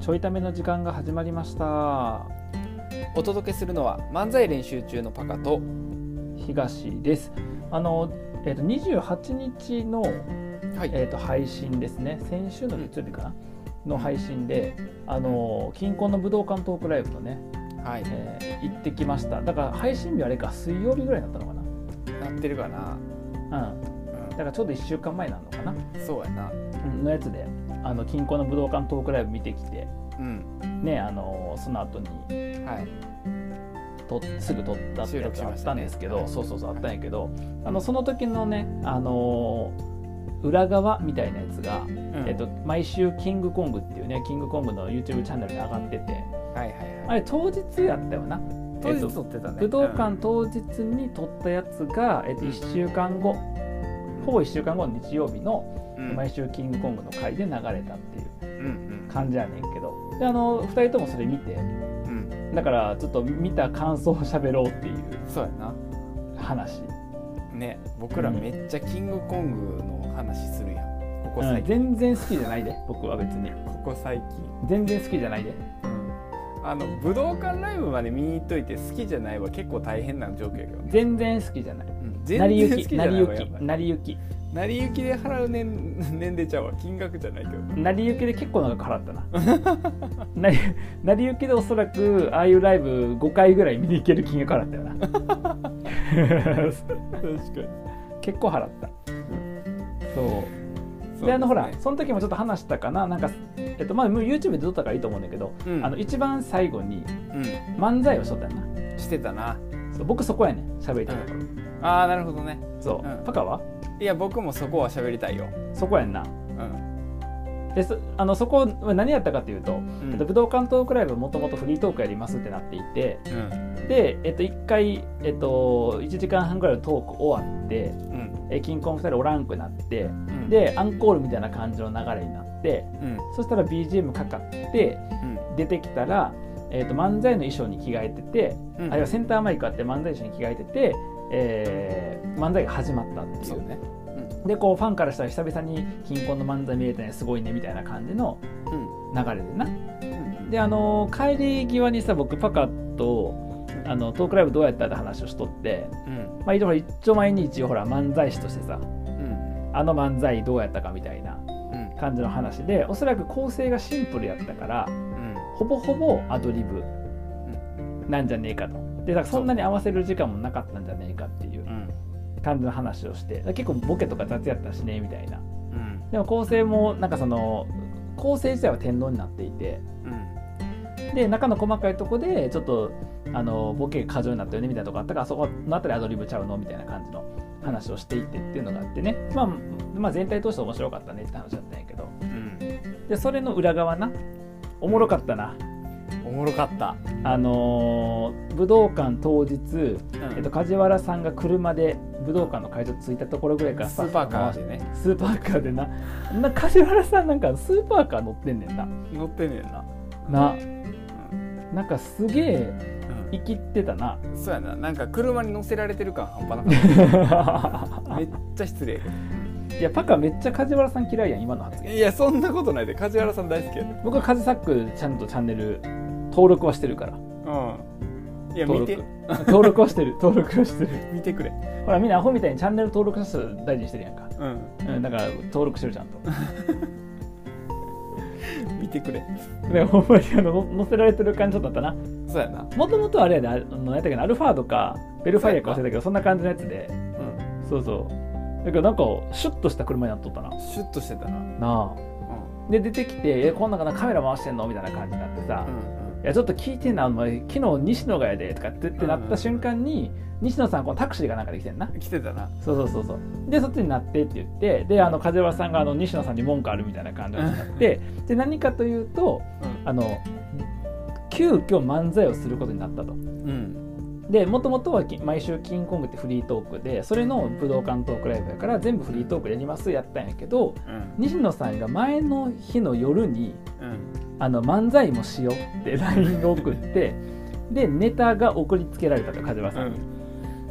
ちょいための時間が始まりましたお届けするのは漫才練習中のパカと東ですあの、えー、と28日の、はいえー、と配信ですね先週の月曜日かな、の配信であの近郊の武道館トークライブとね、はいえー行ってきましただから配信日あれか水曜日ぐらいだったのかなってるかな、なうんだからちょうど1週間前なのかな、うん、そうやなうんのやつであの近郊の武道館トークライブ見てきてうんねあのその後にはいとすぐ撮ったって収や録つしあまっしたたんねですけど、はいそうそうそうあったんやけど、あのその時のね、あのー裏側みたいなやつが、うんえっと、毎週「キングコング」っていうねキングコングの YouTube チャンネルで上がっててはいはいあはいれ当日やったよな当え日っ撮とってたね武道館当日に撮ったやつが、えっと、うん1週間後、うんほぼ1週間後の日曜日のうん毎週「キングコング」の回で流れたっていううん感じやねんけどであの2人ともそれ見てうんうんだからちょっと見た感想を喋ろうっていうそうやな話。ね僕らめっちゃキングコングの話するやんここ最近、全然好きじゃないで僕は別にここ最近全然好きじゃないであの武道館ライブまで見に行っといて好きじゃないは結構大変な状況やけどね、全然好きじゃないうん、成り全然行好ききじ成ゃなりいわ行やっきぱり成り行き成り行きで払う年年齢ちゃうわ金額じゃないけど成り行きで結構長く払ったな 成り成り行きでおそらくああいうライブ5回ぐらい見に行ける金額払ったよな確かに結構払ったそうそうであのほらその時もちょっと話したかななんか、えっと、まあもう YouTube で撮ったからいいと思うんだけど、うんあの一番最後にう漫才をしとったよなんしてたなそう僕そこやねん喋りたいところ、ああなるほどねそう、うんパカはいや僕もそこは喋りたいよそこやんなうんでそあのそこは何やったかというと、うんえっと武道館トークライブもともとフリートークやりますってなっていてうんで、えっと、1回、えっと、1時間半ぐらいのトーク終わってうんえ金婚2人おらんくなってうんでアンコールみたいな感じの流れになってうんそしたら BGM かかって出てきたら、えっと、漫才の衣装に着替えてて、うんうんあるいはセンターマイクあって漫才の衣装に着替えてて、えー漫才が始まったっていそうう。ねでこうファンからしたら久々に金婚の漫才見れたねすごいねみたいな感じのうん流れでなうんであの帰り際にさ僕パカとあのトークライブどうやったって話をしとって、うんまあ、一応ほら一丁前に一応ほら漫才師としてさうんあの漫才どうやったかみたいなうん感じの話でおそらく構成がシンプルやったからうんほぼほぼアドリブなんじゃねえかとでだからそんなに合わせる時間もなかったんじゃねえかっていううん感じの話をしてだから結構ボケとか雑やったしねみたいなうんでも構成もなんかその構成自体は天丼になっていてうんで中の細かいとこでちょっとあのボケが過剰になったよねみたいなとこあったからそこのあたりアドリブちゃうのみたいな感じの話をしていってっていうのがあってね、まあ、まあ全体通して面白かったねって話だったんやけどうんでそれの裏側なおもろかったなおもろかったあのー武道館当日、えっと、梶原さんが車で武道館の会場着いたところぐらいからスーパーカーででねスーパーカーでなな梶原さんなんかスーパーカー乗ってんねんな乗ってんねんなななんかすげえうん生きってたな うんそうやななんか車に乗せられてる感半端なかっ ためっちゃ失礼やけどいやパカめっちゃ梶原さん嫌いやん今の発言いやそんなことないで梶原さん大好きやで僕はカジサックちゃんとチャンネル登録はしてるからうんいや登見録て登録はしてる登録はしてる見てくれほらみんなアホみたいにチャンネル登録者数大事にしてるやんか、うんうん、だから登録してるちゃんと見てくれでほんまにあのの載せられてる感じだったなそうやなもともとあれやであのやったっけどアルファードかベルファイアか忘れたけどそんな感じのやつでうんそうそうだけどなんかシュッとした車になっとったななシュッとしてたなあうで出てきて「えこんなんかなカメラ回してんの?」みたいな感じになってさ、んいやちょっと聞いてんな、お前昨日西野がやでとかってってなった瞬間に、西野さん、このタクシーがなんかできてんな。来てたなそうそうそうそう。で、そっちになってって言って、で、あの梶原さんがあの西野さんに文句あるみたいな感じになって、で、何かというと、あの急遽漫才をすることになったと。うんで、もともとはき毎週、キングコングってフリートークで、それの武道館トークライブやから、全部フリートークやりますやったんやけど、うん西野さんが前の日の夜に、うんあの漫才もしようって LINE を送ってでネタが送りつけられたと梶原さんに、っ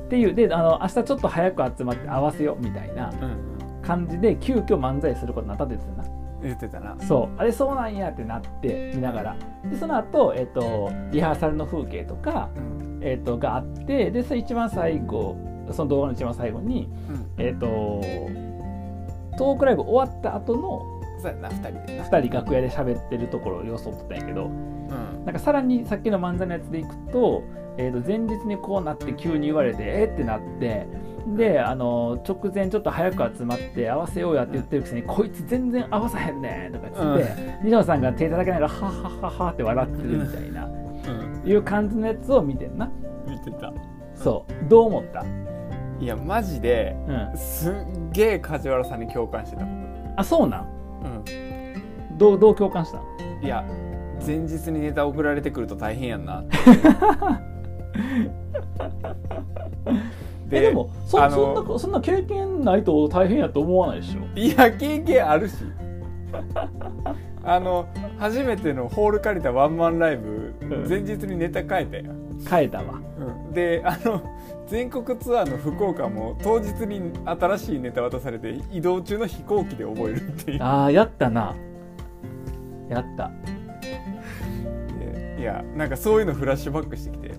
ていうであの明日ちょっと早く集まって合わせようみたいなうん感じで急遽漫才することになったって言ってたな言ってたなそうあれそうなんやってなって見ながらでその後、えっとリハーサルの風景とか、うんえっとがあってでそれ一番最後その動画の一番最後に、うんえっとトークライブ終わった後のそうやな2人でな2人楽屋で喋ってるところを様子を撮ってたんやけどうんなんかさらにさっきの漫才のやつでいくと,、えー、と前日にこうなって急に言われてえーってなってであの直前ちょっと早く集まって合わせようやって言ってるくせに、こいつ全然合わさへんねんとか言って、西野さんが手叩きながらハッハッハッハッって笑ってるみたいな、うんいう感じのやつを見てんな見てたそうどう思った、いやマジでうん、すっげえ梶原さんに共感してたことあそうなんうんどうどう共感したんいや前日にネタ送られてくると大変やん なってえでもそあのそんなそんな経験ないと大変やと思わないでしょいや経験あるしあの初めてのホール借りたワンマンライブ、ん前日にネタ変えたやん、変えたわうんであの全国ツアーの福岡も当日に新しいネタ渡されて移動中の飛行機で覚えるっていうあーやったなやったでいやなんかそういうのフラッシュバックしてきて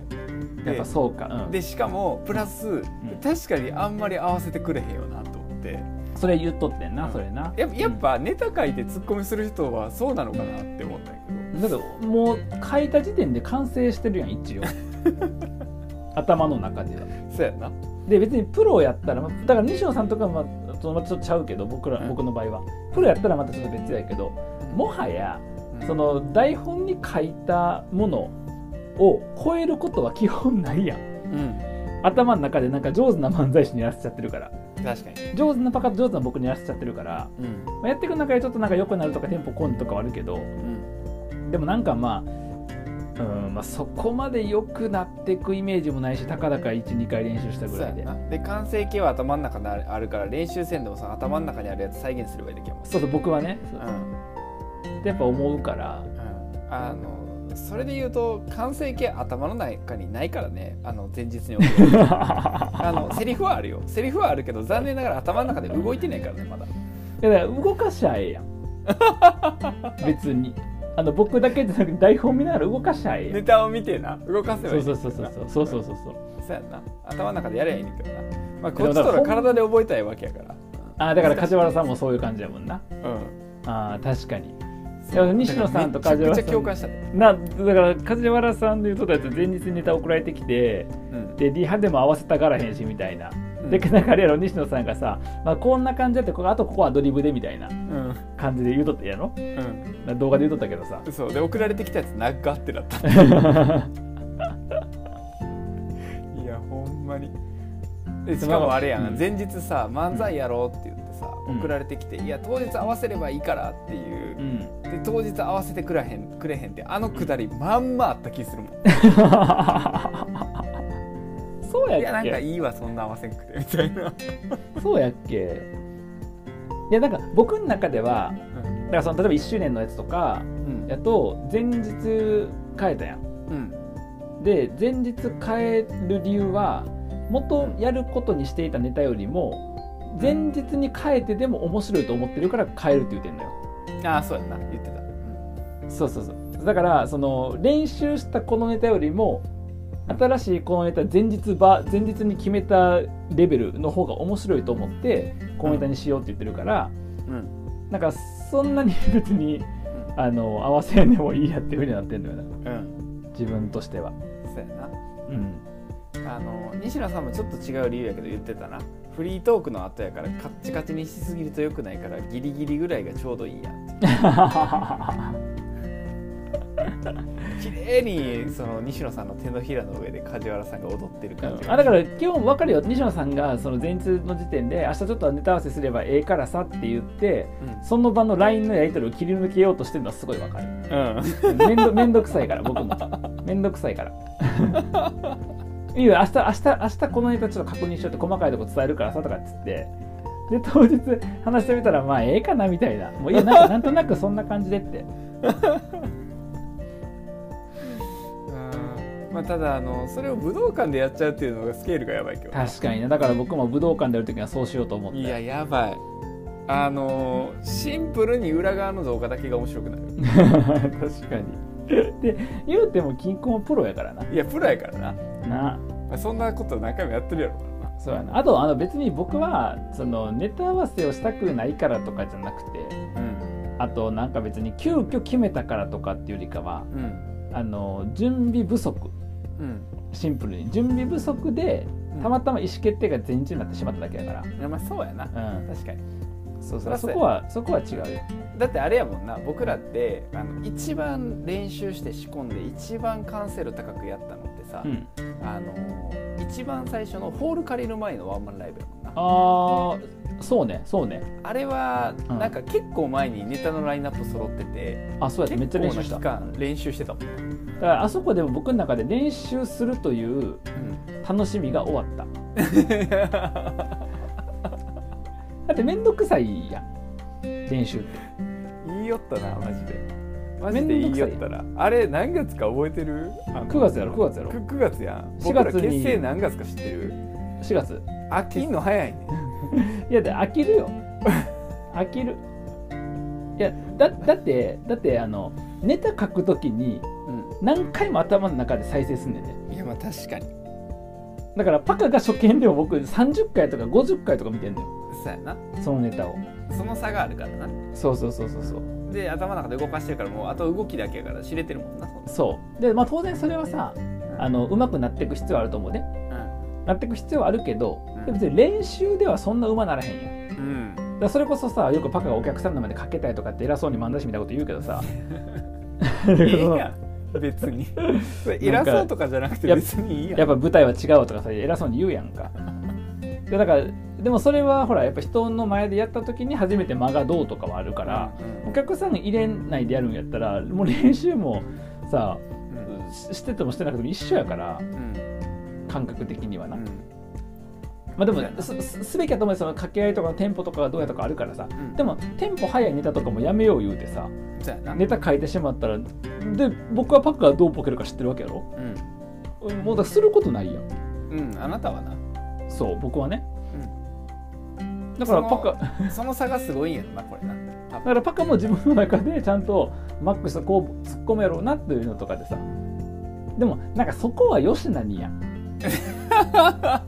やっぱそうか、うん、でしかもプラス、確かにあんまり合わせてくれへんよなと思ってそれ言っとってんな、うんそれなやっぱやっぱネタ書いてツッコミする人はそうなのかなって思ったんやけどうんだけどもう書いた時点で完成してるやん一応頭の中ではそうやなで別にプロやったらまだから西野さんとかはまあそのまたちょっとちゃうけど僕ら、うん僕の場合はプロやったらまたちょっと別やけどもはやその台本に書いたものを超えることは基本ないやんうん頭の中でなんか上手な漫才師にやらせちゃってるから確かに上手なパカと上手な僕にやらせちゃってるから、うんまあやっていく中でちょっとなんか良くなるとかテンポ込んとかはあるけど、うんでもなんかまあ、うんまあ、そこまで良くなっていくイメージもないしたかだか12回練習したそうぐらやいでなで完成形は頭の中にあるから練習せんでもさ頭の中にあるやつ再現すればいいだけやもんそうそう僕はねそううんってやっぱ思うからうんあのそれで言うと完成形頭の中にないからねあの前日に送る あのセリフはあるよセリフはあるけど残念ながら頭の中で動いてないからねまだいやだから動かしゃええや ん別にあの僕だけじゃなくて台本見ながら動かしゃええやネんタを見てな動かせばそいういそうそうそうそうそうそうそうそうそうやんな頭の中でやればいいねんけどな、まあ、でこもっちだからとらほん体で覚えたいわけやからあーだから梶原さんもそういう感じやもんなうんあー確かにそういや西野さんと梶原さんめちゃくちゃ共感したねなだから梶原さんで言うとったやつ前日にネタ送られてきてうんでリハでも合わせたからへんしみたいなだけどなんかあれやろ西野さんがさ、まあ、こんな感じだってここあとここはアドリブでみたいなうん感じで言うとったやろうんな動画で言うとったけどさうんそうで送られてきたやつ長ってなった いやほんまにでしかもあれやうんん前日さ漫才やろうって言ってさうん送られてきていや当日合わせればいいからっていううんで当日合わせてくれへんくれへんってあのくだりまんまあった気するもん そうやっけいやなんかいいわそんな合わせんくてみたいなそうやっけいやなんか僕の中ではだからその例えば1周年のやつとかうんやと前日変えたやんうんで前日変える理由は元やることにしていたネタよりも前日に変えてでも面白いと思ってるから変えるって言ってんのよああそうやんな言ってた、うんそうそうそうだからその練習したこのネタよりも新しいこのネタ前日ば前日に決めたレベルの方が面白いと思ってこのネタにしようって言ってるから、なんかそんなに 別にあの合わせんでもいいやっていうふうになってんのよなうんうん自分としては。そうやな うん、あの西野さんもちょっと違う理由やけど言ってたなフリートークの後やからカッチカチにしすぎるとよくないからギリギリぐらいがちょうどいいやって綺麗にその西野さんの手のひらの上で梶原さんが踊ってる感じが、あだから基本分かるよ西野さんがその前日の時点で明日ちょっとネタ合わせすればええからさって言ってうその場の LINE のやり取りを切り抜けようとしてるのはすごい分かる。ん、めんど めんどくさいから僕もめんどくさいから いいよ明日明日明日このネタちょっと確認しようって細かいとこ伝えるからさとかっつってで当日話してみたらまあええかなみたいなもういやなんかなんとなくそんな感じでってうんまあ、ただあのそれを武道館でやっちゃうっていうのがスケールがやばいけど確かにねだから僕も武道館でやる時はそうしようと思っていややばいあのーシンプルに裏側の動画だけが面白 くなる確かにで言うても金庫もプロやからないやプロやからな、なまあそんなこと何回もやってるやろからなそうやなあとあの別に僕はそのネタ合わせをしたくないからとかじゃなくてうんあとなんか別に急遽決めたからとかっていうよりかはうんあの準備不足うんシンプルに準備不足でたまたま意思決定が前日になってしまっただけやかいやまあそうやなら、うん、確かにそうそそらうそそうやこはそこは違うよだってあれやもんな僕らってあの一番練習して仕込んで一番完成度高くやったのってさ、うん、あのー一番最初のホール借りる前のワンマンライブやもんなあーそうねそうねあれはうんなんか結構前にネタのラインナップ揃ってて、あそうやってめっちゃ練習し結た構な期間練習してたもん、だからあそこでも僕の中で練習するという楽しみが終わっただって面倒くさいやん練習って言いよったなマジでマジで言いよったらあれ何月か覚えてる9月やろ9月やろ 9, 月やん4僕ら月に結成何月か知ってる4月飽きんの早いねいやで飽きるよ飽きるいやだだってだってあのネタ書くときに何回も頭の中で再生すんねんねいやまあ確かにだからパカが初見でも僕30回とか50回とか見てんのよそうやなそのネタをその差があるからなそうそうそうそうそうで頭の中で動かしてるからもうあと動きだけやから知れてるもんなそんなそうでまあ当然それはさあの上手くなっていく必要はあると思うねなっていく必要はあるけどうんで別に練習ではそんな上手ならへんやんうん、うん、だからそれこそさよくパカがお客さんの前でかけたいとかって偉そうに漫才師みたいなこと言うけどさ いいやん別にそれ偉そうとかじゃなくてなんか別にいいやんやっぱ舞台は違うとかさ偉そうに言うやんかでだからでもそれはほらやっぱ人の前でやった時に初めて間がどうとかはあるから、お客さん入れないでやるんやったらもう練習もさうんうんししててもしてなくても一緒やからうん感覚的にはな、うんまあでもすすすべきやと思うよその掛け合いとかのテンポとかがどうやとかあるからさうんでもテンポ速いネタとかもやめよう言うてさそうやなネタ書いてしまったらで僕はパックがどうボケるか知ってるわけやろうんもうだからすることないやんうん、あなたはな、そう僕はねうだからそのパックはん、その差がすごいんやろなこれなだからパカも自分の中でちゃんとマックスこう突っ込めろうなっていうのとかでさでもなんかそこはよしなにやんだ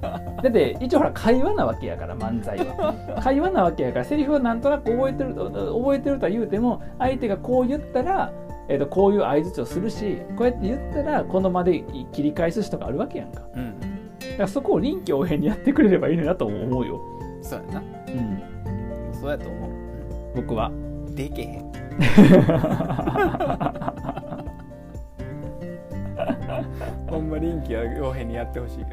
って一応ほら会話なわけやから漫才は会話なわけやからセリフはなんとなく覚えてると覚えてるとは言うても相手がこう言ったら、えー、とこういう相づちをするしこうやって言ったらこの間で切り返すしとかあるわけやんかだうんからそこを臨機応変にやってくれればいいのになと思うよ、そうやなうん、そうやと思う僕はでけへんほんま臨機応変にやってほしいけど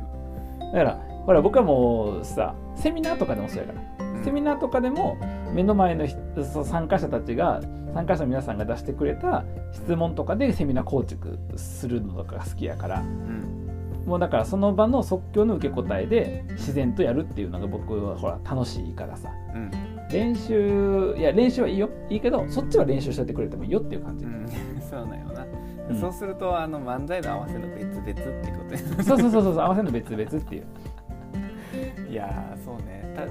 だからほら僕はもうさセミナーとかでもそうやから、セミナーとかでも目の前の人そう参加者たちが参加者の皆さんが出してくれた質問とかでセミナー構築するのとかが好きやからうんもうだからその場の即興の受け答えで自然とやるっていうのが僕はほら楽しいからさうん練習いや練習はいいよいいけどそっちは練習しといてくれてもいいよっていう感じ、うん、 そうなんよな、うんそうするとあの漫才の合わせの別々ってことやそうそうそうそうそう合わせるの別々っていういやーそうねた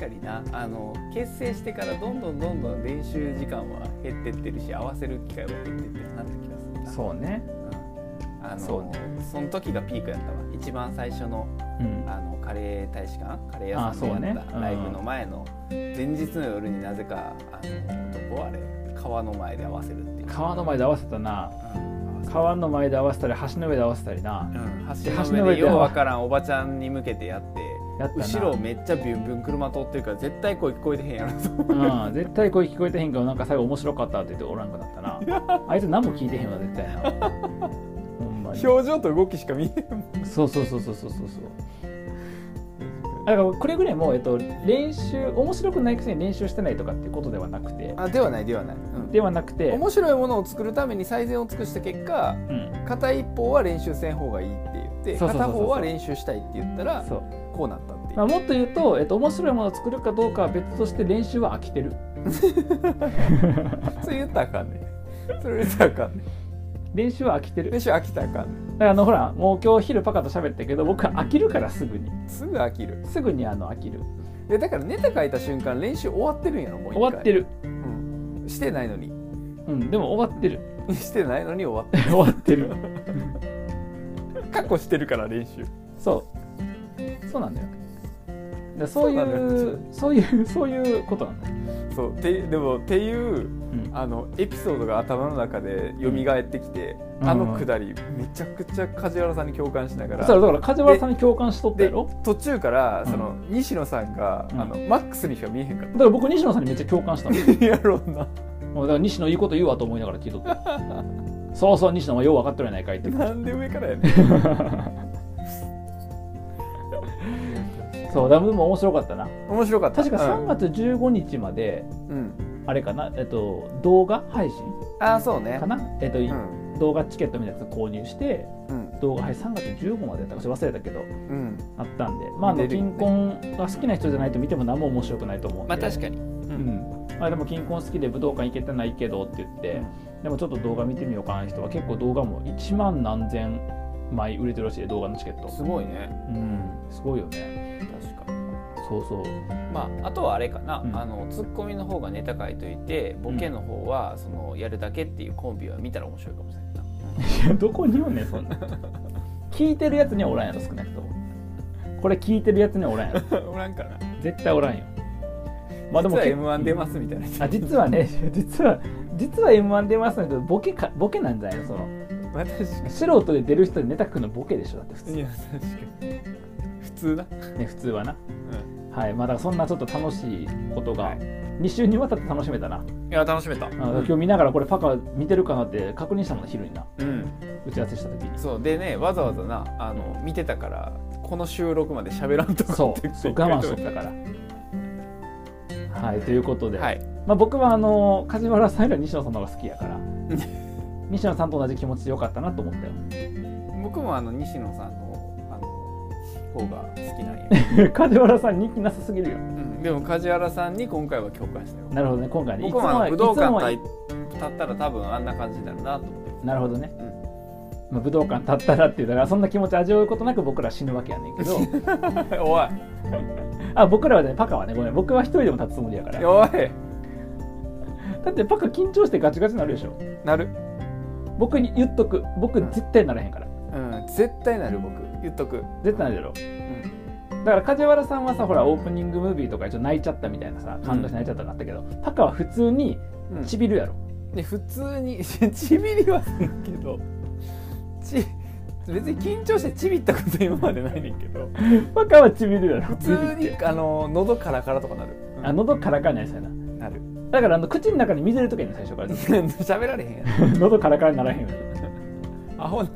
確かになあの結成してからどんどんどんどん練習時間は減ってってるし合わせる機会は減ってってるなって気がするなそうねうんあのそそうねの時がピークやったわ一番最初のうんあのカレー大使館カレー屋さあそうんでねやった、うんライブの前の前日の夜になぜかあのどこあれ川の前で合わせるっていう、川の前で合わせたなうん川の前で合わせたり橋の上で合わせたりなうん、橋の上でようわからんおばちゃんに向けてやってやったな後ろめっちゃビュンビュン車通ってるから絶対声聞こえてへんやろとうん、絶対声聞こえてへんけどなんか最後面白かったって言っておらんくなった なあいつ何も聞いてへんわ絶対なほんまにそう表情と動きしか見えへんそうそうそうそうそうそうだからくれぐれも、えっと、練習面白くないくせに練習してないとかっていうことではなくてあではないではない、うんではなくて、面白いものを作るために最善を尽くした結果うん、片一方は練習せん方がいいって言ってそうそうそうそう片方は練習したいって言ったらそう、こうなったっていうまあ、もっと言うと、えっと、面白いものを作るかどうかは別として練習は飽きてるそれ言ったらあかんねそれ言ったらあかんね練習は飽きてるだ練習飽きたらあかんねからあのほらもう今日昼パカと喋ったけど僕は飽きるからすぐにすぐ飽きるすぐにあの飽きるでだからネタ書いた瞬間練習終わってるんやろもう一終回わってる、る、うん、してないのに うん、でも終わってる してないのに終わっ終わってるて過去してるから練習そうそうなんだよだからそういそうなんだようそういう そういうことなんだよ、そうてでもっていううん、あのエピソードが頭の中で蘇ってきて、うんあのくだりめちゃくちゃ梶原さんに共感しながそらしたらだから梶原さんに共感しとったやでろ途中からうんその、西野さんが、うんあのマックスにしか見えへんかっだから僕西野さんにめっちゃ共感したの だたやろうなから西野いいこと言うわと思いながら聞いと ったそうそう西野はよう分かっとるやないかいって なんで上からやねんそうだからもう面白かったな面白かった確か3月15日まで、うん、うんあれかな、えっと、動画配信ああそうねかな、えっとうん動画チケットみたいなやつ購入してうん動画配信3月15までやったかちょっと忘れたけどうんあったんでまああの見れるよね金婚が好きな人じゃないと見ても何も面白くないと思うんで、かにううんんまあ、でも金婚好きで武道館行けてないけどって言って、でもちょっと動画見てみようかな人は結構動画も1万何千枚売れてるらしいで動画のチケットすごいねうんすごいよね確かにそうそうまあ、あとはあれかな、うんあのツッコミの方がネタ書いといてボケの方はそのやるだけっていうコンビは見たら面白いかもしれないな、いやどこにおんねんそんな 聞いてるやつにはおらんやろ少なくともこれ聞いてるやつにはおらんやろ おらんかな。絶対おらんよままああででもも結 M1 出ますみたいな人。あ実はね実は実は m 1出ますけどボケかボケなんじゃないのそのまあ確か素人で出る人にネタくのボケでしょだって普通に。いや確かに。普通だ。ね普通はなうはいまあだからそんなちょっと楽しいことがはい2週にわたって楽しめたな、ん。いや楽しめた。うあ今日見ながらこれパカ見てるかなって確認したもん昼になうん。打ち合わせした 時にそうでねわざわざなあの見てたからこの収録まで喋らんとかそってうそう我慢しとったからはいということで、はい。まあ、僕はあの梶原さんよりは西野さんの方が好きや から西野さんと同じ気持ちでよかったなと思った僕もあの西野さんのあの方が好きなん や。よ梶原さん人気なさすぎるようんでも梶原さんに今回は共感したよ。なるほどね今回ね僕もあのい武つも道はいつもは館立ったら多分あんな感じになるなと思って。なるほどね、まあ、武道館立ったらっていうだからそんな気持ち味わうことなく僕ら死ぬわけやねんけ ど おいあ僕らはねパカはねごめん僕は一人でも立つつもりやからおいだってパカ緊張してガチガチになるでしょなる僕に言っとく僕絶対ならへんからうん絶対なる僕言っとく絶対なるやろうんだから梶原さんはさほらオープニングムービーとか一応泣いちゃったみたいなさ感動して泣いちゃったのあったけど、タカは普通にうんちびるやろ、で普通に ちびりはするけどち別に緊張してちびったこと今までないねんけどパカはちびるやろ普ビビっ通にてあの喉カラカラとかなる、うんあ喉カラカラになりそうやななる だからあの口の中に水入れとけんの最初からずっ 喋られへんやん と喉カラカラにならへんようにアホなんか、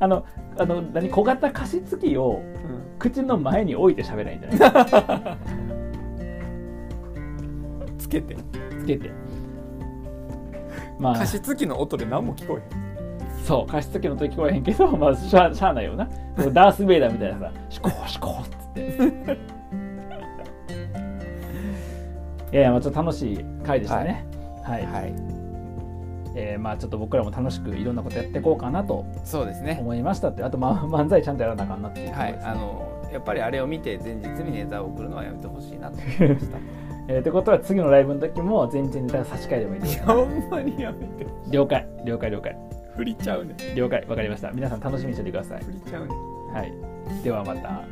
あのあの何小型加湿器をう口の前に置いて喋らないんじゃないん、つけてつけてまあ加湿器の音で何も聞こえへんそう加湿器の時聞こえへんけどまあしゃあしゃあないよなもうダース・ベイダーみたいなさ「シコーシコー」っつっていやいやまあちょっと楽しい回でしたねはい、はいえーまあちょっと僕らも楽しくいろんなことやっていこうかなとそうですね思いましたってあと、まあ、漫才ちゃんとやらなあかんなっていうとこはろいですね、あのやっぱりあれを見て前日にネタを送るのはやめてほしいなと思いました えーってことは次のライブの時も全然ネタ差し替えればいいですほんまにやめて了解了解了解振りちゃうね了解わかりました皆さん楽しみにしててください、振りちゃうねはい、ではまた。